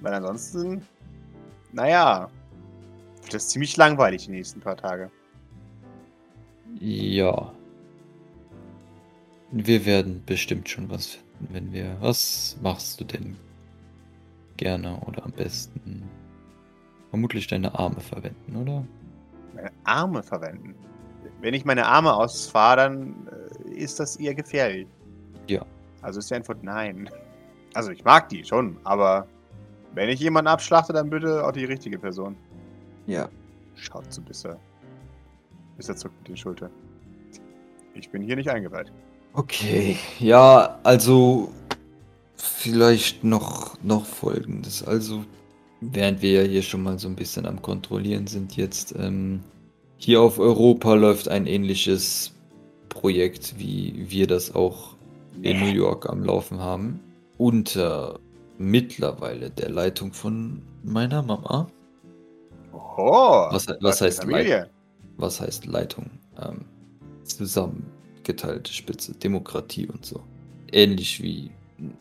Speaker 1: Weil ansonsten, naja, wird das ziemlich langweilig die nächsten paar Tage.
Speaker 2: Ja. Wir werden bestimmt schon was finden, wenn wir. Was machst du denn gerne oder am besten? Vermutlich deine Arme verwenden, oder?
Speaker 1: Meine äh, Arme verwenden. Wenn ich meine Arme ausfahre, dann äh, ist das eher gefährlich.
Speaker 2: Ja.
Speaker 1: Also ist die Antwort nein. Also ich mag die schon, aber wenn ich jemanden abschlachte, dann bitte auch die richtige Person.
Speaker 2: Ja.
Speaker 1: Schaut zu Bisser. Bisser zuckt mit den Schultern. Ich bin hier nicht eingeweiht.
Speaker 2: Okay. Ja, also vielleicht noch, noch folgendes. Also, während wir ja hier schon mal so ein bisschen am Kontrollieren sind, jetzt ähm, hier auf Europa läuft ein ähnliches Projekt, wie wir das auch in New York am Laufen haben, unter mittlerweile der Leitung von meiner Mama.
Speaker 1: Oh!
Speaker 2: Was, was,
Speaker 1: für
Speaker 2: heißt, Leit
Speaker 1: Familie?
Speaker 2: was heißt Leitung? Ähm, zusammengeteilte Spitze, Demokratie und so. Ähnlich wie,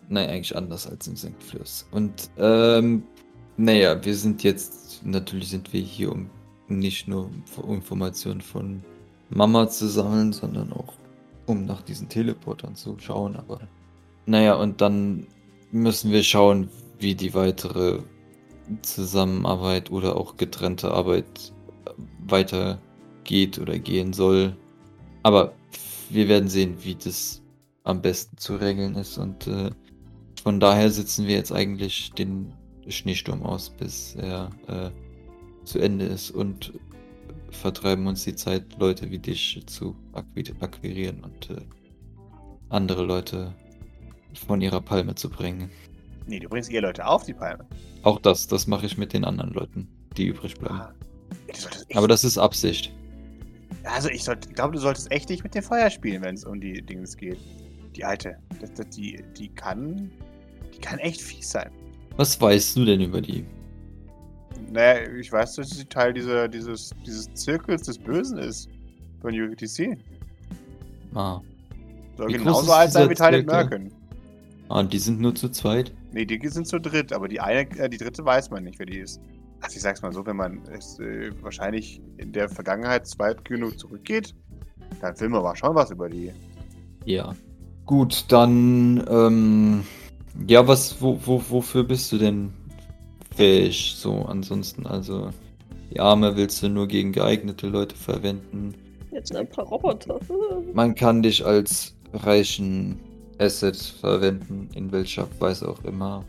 Speaker 2: nein, eigentlich anders als im St. Flörs. Und ähm, naja, wir sind jetzt, natürlich sind wir hier, um nicht nur um Informationen von Mama zu sammeln, sondern auch um nach diesen Teleportern zu schauen. Aber naja, und dann müssen wir schauen, wie die weitere Zusammenarbeit oder auch getrennte Arbeit äh, weitergeht oder gehen soll. Aber wir werden sehen, wie das am besten zu regeln ist. Und äh, von daher sitzen wir jetzt eigentlich den Schneesturm aus, bis er äh, zu Ende ist und vertreiben uns die Zeit, Leute wie dich zu akqui- akquirieren und äh, andere Leute von ihrer Palme zu bringen.
Speaker 1: Nee, du bringst ihr Leute auf die Palme.
Speaker 2: Auch das, das mache ich mit den anderen Leuten, die übrig bleiben.
Speaker 1: Ah. Du solltest echt,
Speaker 2: Aber das ist Absicht.
Speaker 1: also ich, sollt- ich glaube, du solltest echt nicht mit dem Feuer spielen, wenn es um die Dings geht. Die alte, das, das, die, die kann. Die kann echt fies sein.
Speaker 2: Was weißt du denn über die?
Speaker 1: Naja, ich weiß, dass sie Teil dieser, dieses, dieses Zirkels des Bösen ist. Von UTC.
Speaker 2: Ah,
Speaker 1: Soll
Speaker 2: Wie groß ist
Speaker 1: genauso alt sein
Speaker 2: dieser
Speaker 1: wie Tyler
Speaker 2: Zirkel?
Speaker 1: Merkin.
Speaker 2: ah die sind nur zu zweit?
Speaker 1: Nee, die sind zu dritt, aber die eine, äh, die dritte weiß man nicht, wer die ist. Also ich sag's mal so, wenn man es, äh, wahrscheinlich in der Vergangenheit weit genug zurückgeht, dann will man aber schon was über die.
Speaker 2: Ja. Gut, dann, ähm, ja, was, wo, wo, wofür bist du denn Fisch. So, ansonsten also die Arme willst du nur gegen geeignete Leute verwenden.
Speaker 3: Jetzt ein paar Roboter. <laughs>
Speaker 2: Man kann dich als reichen Asset verwenden, in welcher Weise auch immer.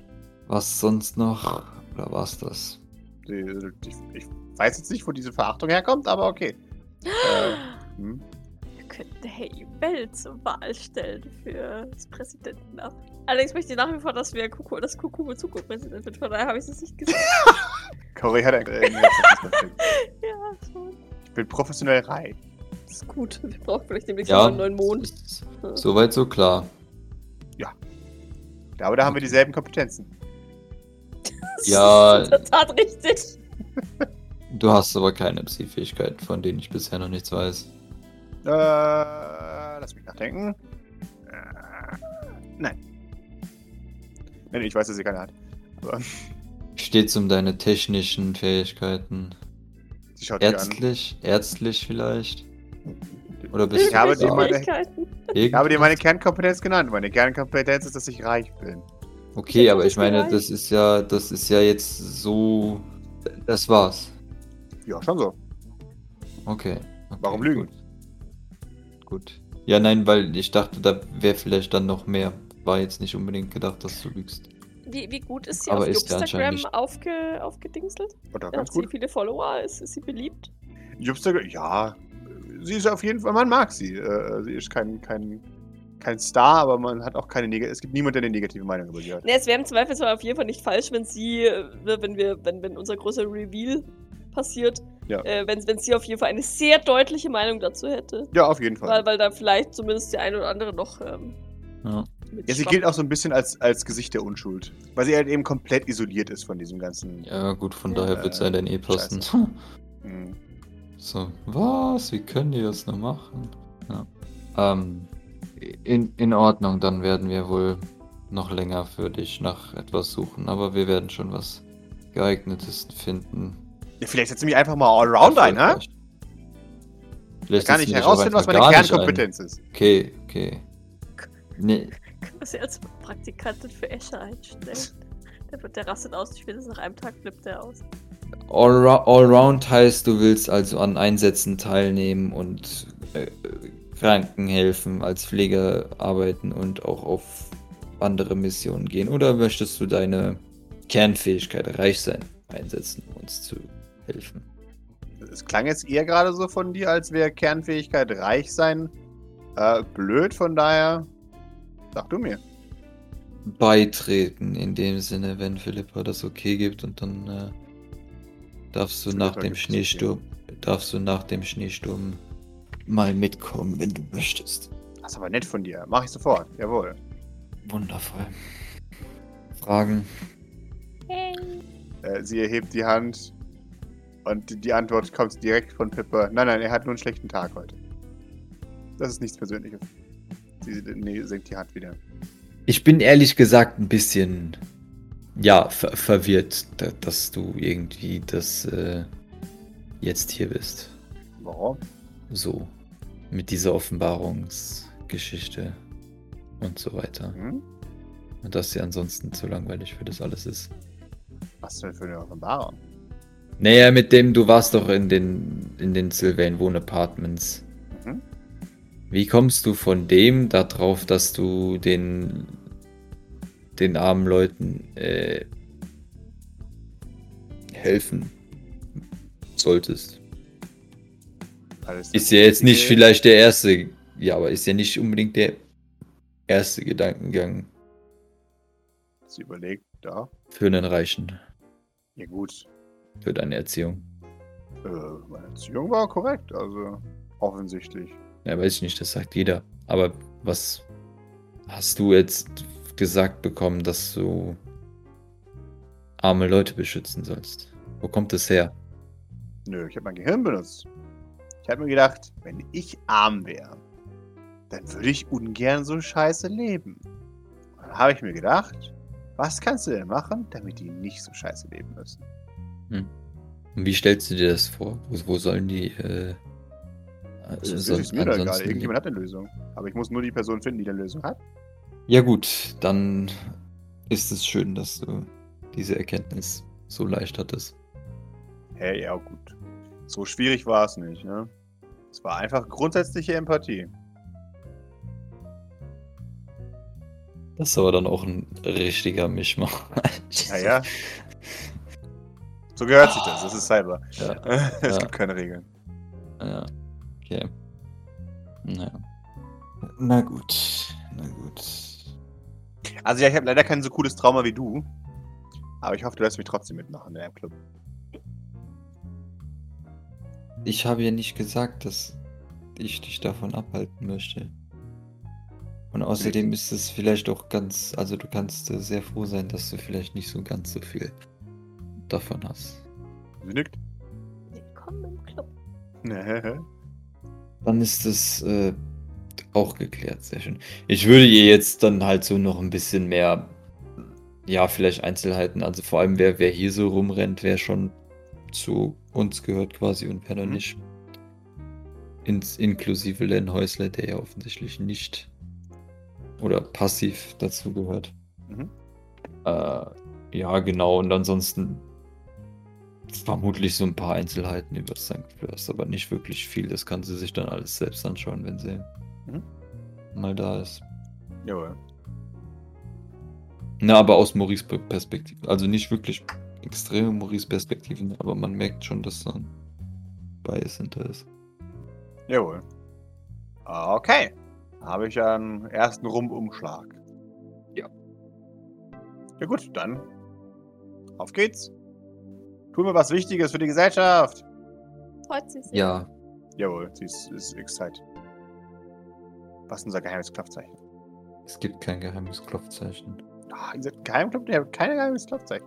Speaker 2: Was sonst noch? Oder war's das?
Speaker 1: Die- Ich, ich weiß jetzt nicht, wo diese Verachtung herkommt, aber okay. Äh, hm?
Speaker 3: Wir könnten Hey Bell zur Wahl stellen für das Präsidentenamt. Allerdings möchte ich nach wie vor, dass wir Kuku, dass Kuku Zuko Präsident wird. Von daher habe ich es nicht <laughs> gesagt.
Speaker 1: Cory hat ein. Äh, nee, das ist nicht
Speaker 3: ja, schon.
Speaker 1: ich bin professionell rein.
Speaker 3: Ist gut. Wir brauchen vielleicht demnächst
Speaker 2: Ja.
Speaker 3: mal einen neuen Mond.
Speaker 2: Ist Soweit so klar.
Speaker 1: Ja, Aber da haben wir dieselben Kompetenzen.
Speaker 3: <laughs> Das
Speaker 2: Ja.
Speaker 3: Ist in der Tat richtig.
Speaker 2: Du hast aber keine Psi-Fähigkeiten, von denen ich bisher noch nichts weiß.
Speaker 1: Äh, lass mich nachdenken. Äh, nein. Nein, ich weiß, dass sie keine hat.
Speaker 2: Steht's um deine technischen Fähigkeiten?
Speaker 1: Sie schaut mich an.
Speaker 2: Ärztlich? Ärztlich vielleicht? Oder bist
Speaker 1: Ich habe
Speaker 2: du
Speaker 1: dir mal-
Speaker 3: Fähigkeiten.
Speaker 1: Ich habe dir meine Kernkompetenz genannt. Meine Kernkompetenz ist, dass ich reich bin.
Speaker 2: Okay,
Speaker 3: Ja,
Speaker 2: aber
Speaker 3: das
Speaker 2: ich meine,
Speaker 3: reicht.
Speaker 2: das ist ja, das ist ja jetzt so. Das war's.
Speaker 1: Ja, schon so.
Speaker 2: Okay. okay
Speaker 1: Warum lügen?
Speaker 2: Gut. gut. Ja, nein, weil ich dachte, da wäre vielleicht dann noch mehr. War jetzt nicht unbedingt gedacht, dass du lügst.
Speaker 3: Wie, wie gut ist sie
Speaker 2: Aber
Speaker 3: auf
Speaker 2: ist sie
Speaker 3: Instagram
Speaker 2: anscheinend nicht.
Speaker 3: aufge, aufgedingselt?
Speaker 1: Oder
Speaker 3: Hat
Speaker 1: ganz
Speaker 3: sie
Speaker 1: gut.
Speaker 3: viele Follower? Ist, ist sie beliebt?
Speaker 1: Jupster, ja. Sie ist auf jeden Fall, man mag sie. Äh, sie ist kein, kein, kein Star, aber man hat auch keine negative. Es gibt niemanden, der eine negative Meinung über sie hat.
Speaker 3: Ne, es wäre im Zweifelsfall auf jeden Fall nicht falsch, wenn sie, äh, wenn wir, wenn, wenn unser großer Reveal passiert,
Speaker 1: Ja.
Speaker 3: äh, wenn, wenn sie auf jeden Fall eine sehr deutliche Meinung dazu hätte.
Speaker 1: Ja, auf jeden
Speaker 3: Weil,
Speaker 1: Fall.
Speaker 3: weil da vielleicht zumindest der eine oder andere noch ähm,
Speaker 2: Ja.
Speaker 3: mit
Speaker 1: Ja, sie
Speaker 3: schwappt.
Speaker 1: gilt auch so ein bisschen als, als Gesicht der Unschuld. Weil sie halt eben komplett isoliert ist von diesem ganzen.
Speaker 2: Ja, gut, von
Speaker 3: Ja.
Speaker 2: daher wird es ja dann eh passen.
Speaker 1: Hm.
Speaker 2: So, was? Wie können die das nur machen? Ja. Ähm, in, in Ordnung, dann werden wir wohl noch länger für dich nach etwas suchen, aber wir werden schon was geeignetes finden.
Speaker 1: Ja, vielleicht setze ich mich einfach mal allround ein, hä?
Speaker 2: Erfolgreich. Vielleicht
Speaker 1: Kann
Speaker 2: setzen
Speaker 1: ich
Speaker 2: wir dich auch
Speaker 1: herausfinden, was
Speaker 2: einfach
Speaker 1: meine
Speaker 2: gar nicht ein.
Speaker 1: Kernkompetenz ist.
Speaker 2: Okay, okay. Nee,
Speaker 3: <laughs> Können wir sie als Praktikantin für
Speaker 1: <laughs>
Speaker 3: Escher einstellen? Der, wird- der rastet aus, spätestens nach einem Tag flippt er aus.
Speaker 2: Allra Allround heißt, du willst also an Einsätzen teilnehmen und äh, Kranken helfen, als Pfleger arbeiten und auch auf andere Missionen gehen. Oder möchtest du deine Kernfähigkeit reich sein einsetzen, um uns zu helfen?
Speaker 1: Es klang jetzt eher gerade so von dir, als wäre Kernfähigkeit reich sein. Äh, blöd, von daher. Sag du mir.
Speaker 2: Beitreten in dem Sinne, wenn Philippa das okay gibt und dann äh, darfst du
Speaker 1: Philippa
Speaker 2: nach dem
Speaker 1: gibt das
Speaker 2: Schneesturm darfst du nach dem Schneesturm mal mitkommen, wenn du möchtest.
Speaker 1: Das ist aber nett von dir. Mach ich sofort. Jawohl.
Speaker 2: Wundervoll. Fragen?
Speaker 1: Äh, sie erhebt die Hand und die, die Antwort kommt direkt von Pippa. Nein, nein, er hat nur einen schlechten Tag heute. Das ist nichts Persönliches. Sie nee, senkt die Hand wieder.
Speaker 5: Ich bin ehrlich gesagt ein bisschen ja, ver verwirrt, da- dass du irgendwie das äh, jetzt hier bist.
Speaker 1: Warum?
Speaker 5: So. Mit dieser Offenbarungsgeschichte und so weiter.
Speaker 1: Hm?
Speaker 5: Und dass dir ansonsten zu langweilig für das alles ist.
Speaker 1: Was denn für eine Offenbarung?
Speaker 5: Naja, mit dem, du warst doch in den, in den Sylvain Wohn Apartments.
Speaker 1: Mhm.
Speaker 5: Wie kommst du von dem darauf, dass du den, den armen Leuten äh, helfen solltest?
Speaker 1: Alles
Speaker 5: Ist ja jetzt nicht
Speaker 1: Äh,
Speaker 5: vielleicht der erste, ja, aber ist ja nicht unbedingt der erste Gedankengang
Speaker 1: Sie überlegt, ja.
Speaker 5: für einen Reichen,
Speaker 1: Ja, gut.
Speaker 5: für deine Erziehung.
Speaker 1: Äh, meine Erziehung war korrekt, also offensichtlich.
Speaker 5: Ja, weiß ich nicht, das sagt jeder. Aber was hast du jetzt gesagt bekommen, dass du arme Leute beschützen sollst? Wo kommt das her?
Speaker 1: Nö, ich habe mein Gehirn benutzt. Ich habe mir gedacht, wenn ich arm wäre, dann würde ich ungern so scheiße leben. Und dann habe ich mir gedacht, was kannst du denn machen, damit die nicht so scheiße leben müssen?
Speaker 5: Und wie stellst du dir das vor? Wo, wo sollen die äh,
Speaker 1: Das ist,
Speaker 5: sonst-
Speaker 1: ist mir doch egal.
Speaker 5: ansonsten-
Speaker 1: Irgendjemand hat eine Lösung. Aber ich muss nur die Person finden, die eine Lösung hat.
Speaker 2: Ja gut, dann ist es schön, dass du diese Erkenntnis So leicht hat es.
Speaker 1: Hey, ja gut. So schwierig war es nicht, ne? Es war einfach grundsätzliche Empathie.
Speaker 2: Das ist aber dann auch ein
Speaker 1: <laughs>
Speaker 2: richtiger Mischmasch. <laughs>
Speaker 1: Naja. So gehört sich das, das ist Cyber. <laughs>
Speaker 2: Ja.
Speaker 1: es
Speaker 2: Ja.
Speaker 1: gibt keine Regeln.
Speaker 2: Ja, okay. Ja. Na gut, na gut.
Speaker 1: Also ja, ich habe leider kein so cooles Trauma wie du. Aber ich hoffe, du lässt mich trotzdem mitmachen in deinem Club.
Speaker 2: Ich habe ja nicht gesagt, dass ich dich davon abhalten möchte. Und außerdem ist es vielleicht auch ganz, also du kannst äh, sehr froh sein, dass du vielleicht nicht so ganz so viel davon hast.
Speaker 1: Sie nickt.
Speaker 3: Willkommen im Club.
Speaker 2: Dann ist das äh, auch geklärt, sehr schön. Ich würde ihr jetzt dann halt so noch ein bisschen mehr, ja, vielleicht Einzelheiten, also vor allem wer, wer hier so rumrennt, wer schon zu uns gehört quasi und wer noch
Speaker 1: Mhm.
Speaker 2: nicht. Ins, inklusive Len Häusler, der ja offensichtlich nicht oder passiv dazu gehört.
Speaker 1: Mhm.
Speaker 2: Äh, ja, genau, und ansonsten vermutlich so ein paar Einzelheiten über St. Flörs, aber nicht wirklich viel. Das kann sie sich dann alles selbst anschauen, wenn sie
Speaker 1: Mhm.
Speaker 2: mal da ist.
Speaker 1: <laughs> Jawohl.
Speaker 2: Na, aber aus Maurice Pe- Perspektive. Also nicht wirklich extreme Maurice Perspektiven, aber man merkt schon, dass da ein Bias hinter ist.
Speaker 1: Jawohl. Okay. Habe ich einen ersten Rumumschlag.
Speaker 2: Ja.
Speaker 1: Ja gut, dann. Auf geht's. Tun wir was Wichtiges für die Gesellschaft.
Speaker 3: Freut sich sehr.
Speaker 2: Ja,
Speaker 1: Jawohl, sie ist, ist excited. Was ist unser geheimes Klopfzeichen?
Speaker 2: es gibt kein geheimes Klopfzeichen.
Speaker 1: Ah, ihr seid ein Geheimclub? Ihr habt kein geheimes Klopfzeichen.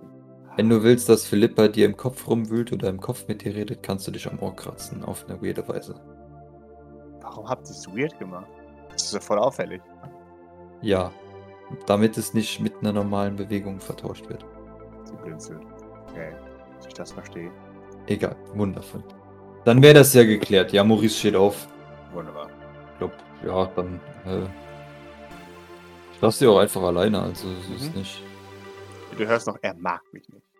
Speaker 2: Wenn du willst, dass Philippa dir im Kopf rumwühlt oder im Kopf mit dir redet, kannst du dich am Ohr kratzen, auf eine weirde Weise.
Speaker 1: Warum habt ihr es so weird gemacht? Das ist ja voll auffällig.
Speaker 2: Ja, damit es nicht mit einer normalen Bewegung vertauscht wird.
Speaker 1: Sie blinzelt. Okay, Äh, dass ich das verstehe.
Speaker 2: Egal, wundervoll. Dann wäre das ja geklärt. Ja, Maurice steht auf.
Speaker 1: Wunderbar.
Speaker 2: Ich glaub, ja, dann. Äh, ich lasse sie auch einfach alleine, also es ist
Speaker 1: Mhm.
Speaker 2: nicht.
Speaker 1: Du hörst noch, er mag mich nicht.